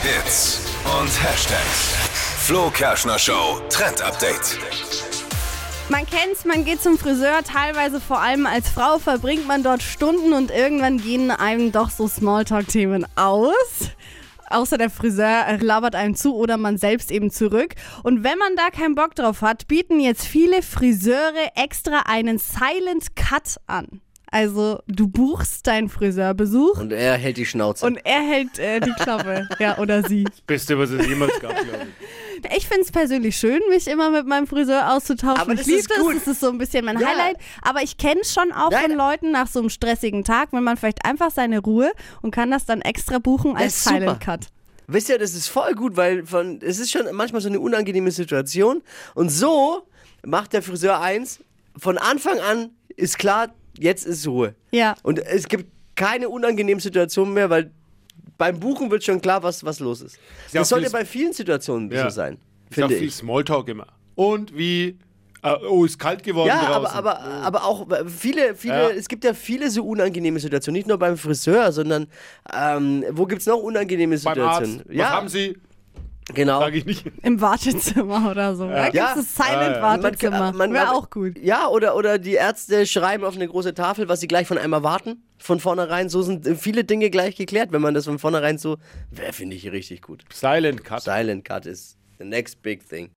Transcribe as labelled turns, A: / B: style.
A: Hits und Hashtags. Flo Kerschner Show Trend Update.
B: Man kennt's, man geht zum Friseur, teilweise vor allem als Frau verbringt man dort Stunden und irgendwann gehen einem doch so Smalltalk-Themen aus. Außer der Friseur äh, labert einem zu oder man selbst eben zurück. Und wenn man da keinen Bock drauf hat, bieten jetzt viele Friseure extra einen Silent Cut an. Also du buchst deinen Friseurbesuch
C: Und er hält die Schnauze.
B: und er hält äh, die Klappe. ja, oder sie.
D: Beste, was es jemals gab, glaube ich.
B: Ich finde es persönlich schön, mich immer mit meinem Friseur auszutauschen.
C: Aber das
B: ich liebe
C: ist gut.
B: das ist so ein bisschen mein
C: Ja.
B: Highlight. Aber ich kenne es schon auch
C: Nein.
B: von Leuten nach so einem stressigen Tag, wenn man vielleicht einfach seine Ruhe und kann das dann extra buchen als
C: ist super.
B: Silent Cut.
C: Wisst ihr, das ist voll gut, weil von, es ist schon manchmal so eine unangenehme Situation. Und so macht der Friseur eins. Von Anfang an ist klar, jetzt ist Ruhe.
B: Ja.
C: Und es gibt keine unangenehmen Situationen mehr, weil beim Buchen wird schon klar, was, was los ist.
D: ja
C: das
D: auch
C: sollte
D: vieles-
C: bei vielen Situationen so sein,
D: Ist ja
C: finde
D: viel
C: ich.
D: Smalltalk immer. Und wie. ah, oh, ist kalt geworden
C: Ja,
D: draußen.
C: aber, aber, aber auch äh, viele, viele,
D: Ja.
C: es gibt ja viele so unangenehme Situationen, nicht nur beim Friseur, sondern ähm, wo gibt es noch unangenehme
D: Beim
C: Situationen?
D: Arzt.
C: ja,
D: Was haben Sie?
C: genau.
D: Sage ich nicht.
B: Im Wartezimmer oder so. Da
C: Ja.
B: gibt es Silent
D: Ja,
C: Man-
B: Wartezimmer.
C: man-
B: Wäre
C: man-
B: auch gut.
C: Ja, oder, oder die Ärzte schreiben auf eine große Tafel, was sie gleich von einem erwarten. Von vornherein, so sind äh, viele Dinge gleich geklärt, wenn man das von vornherein so, wäre, finde ich richtig gut.
D: Silent Cut.
C: Silent Cut ist the next big thing.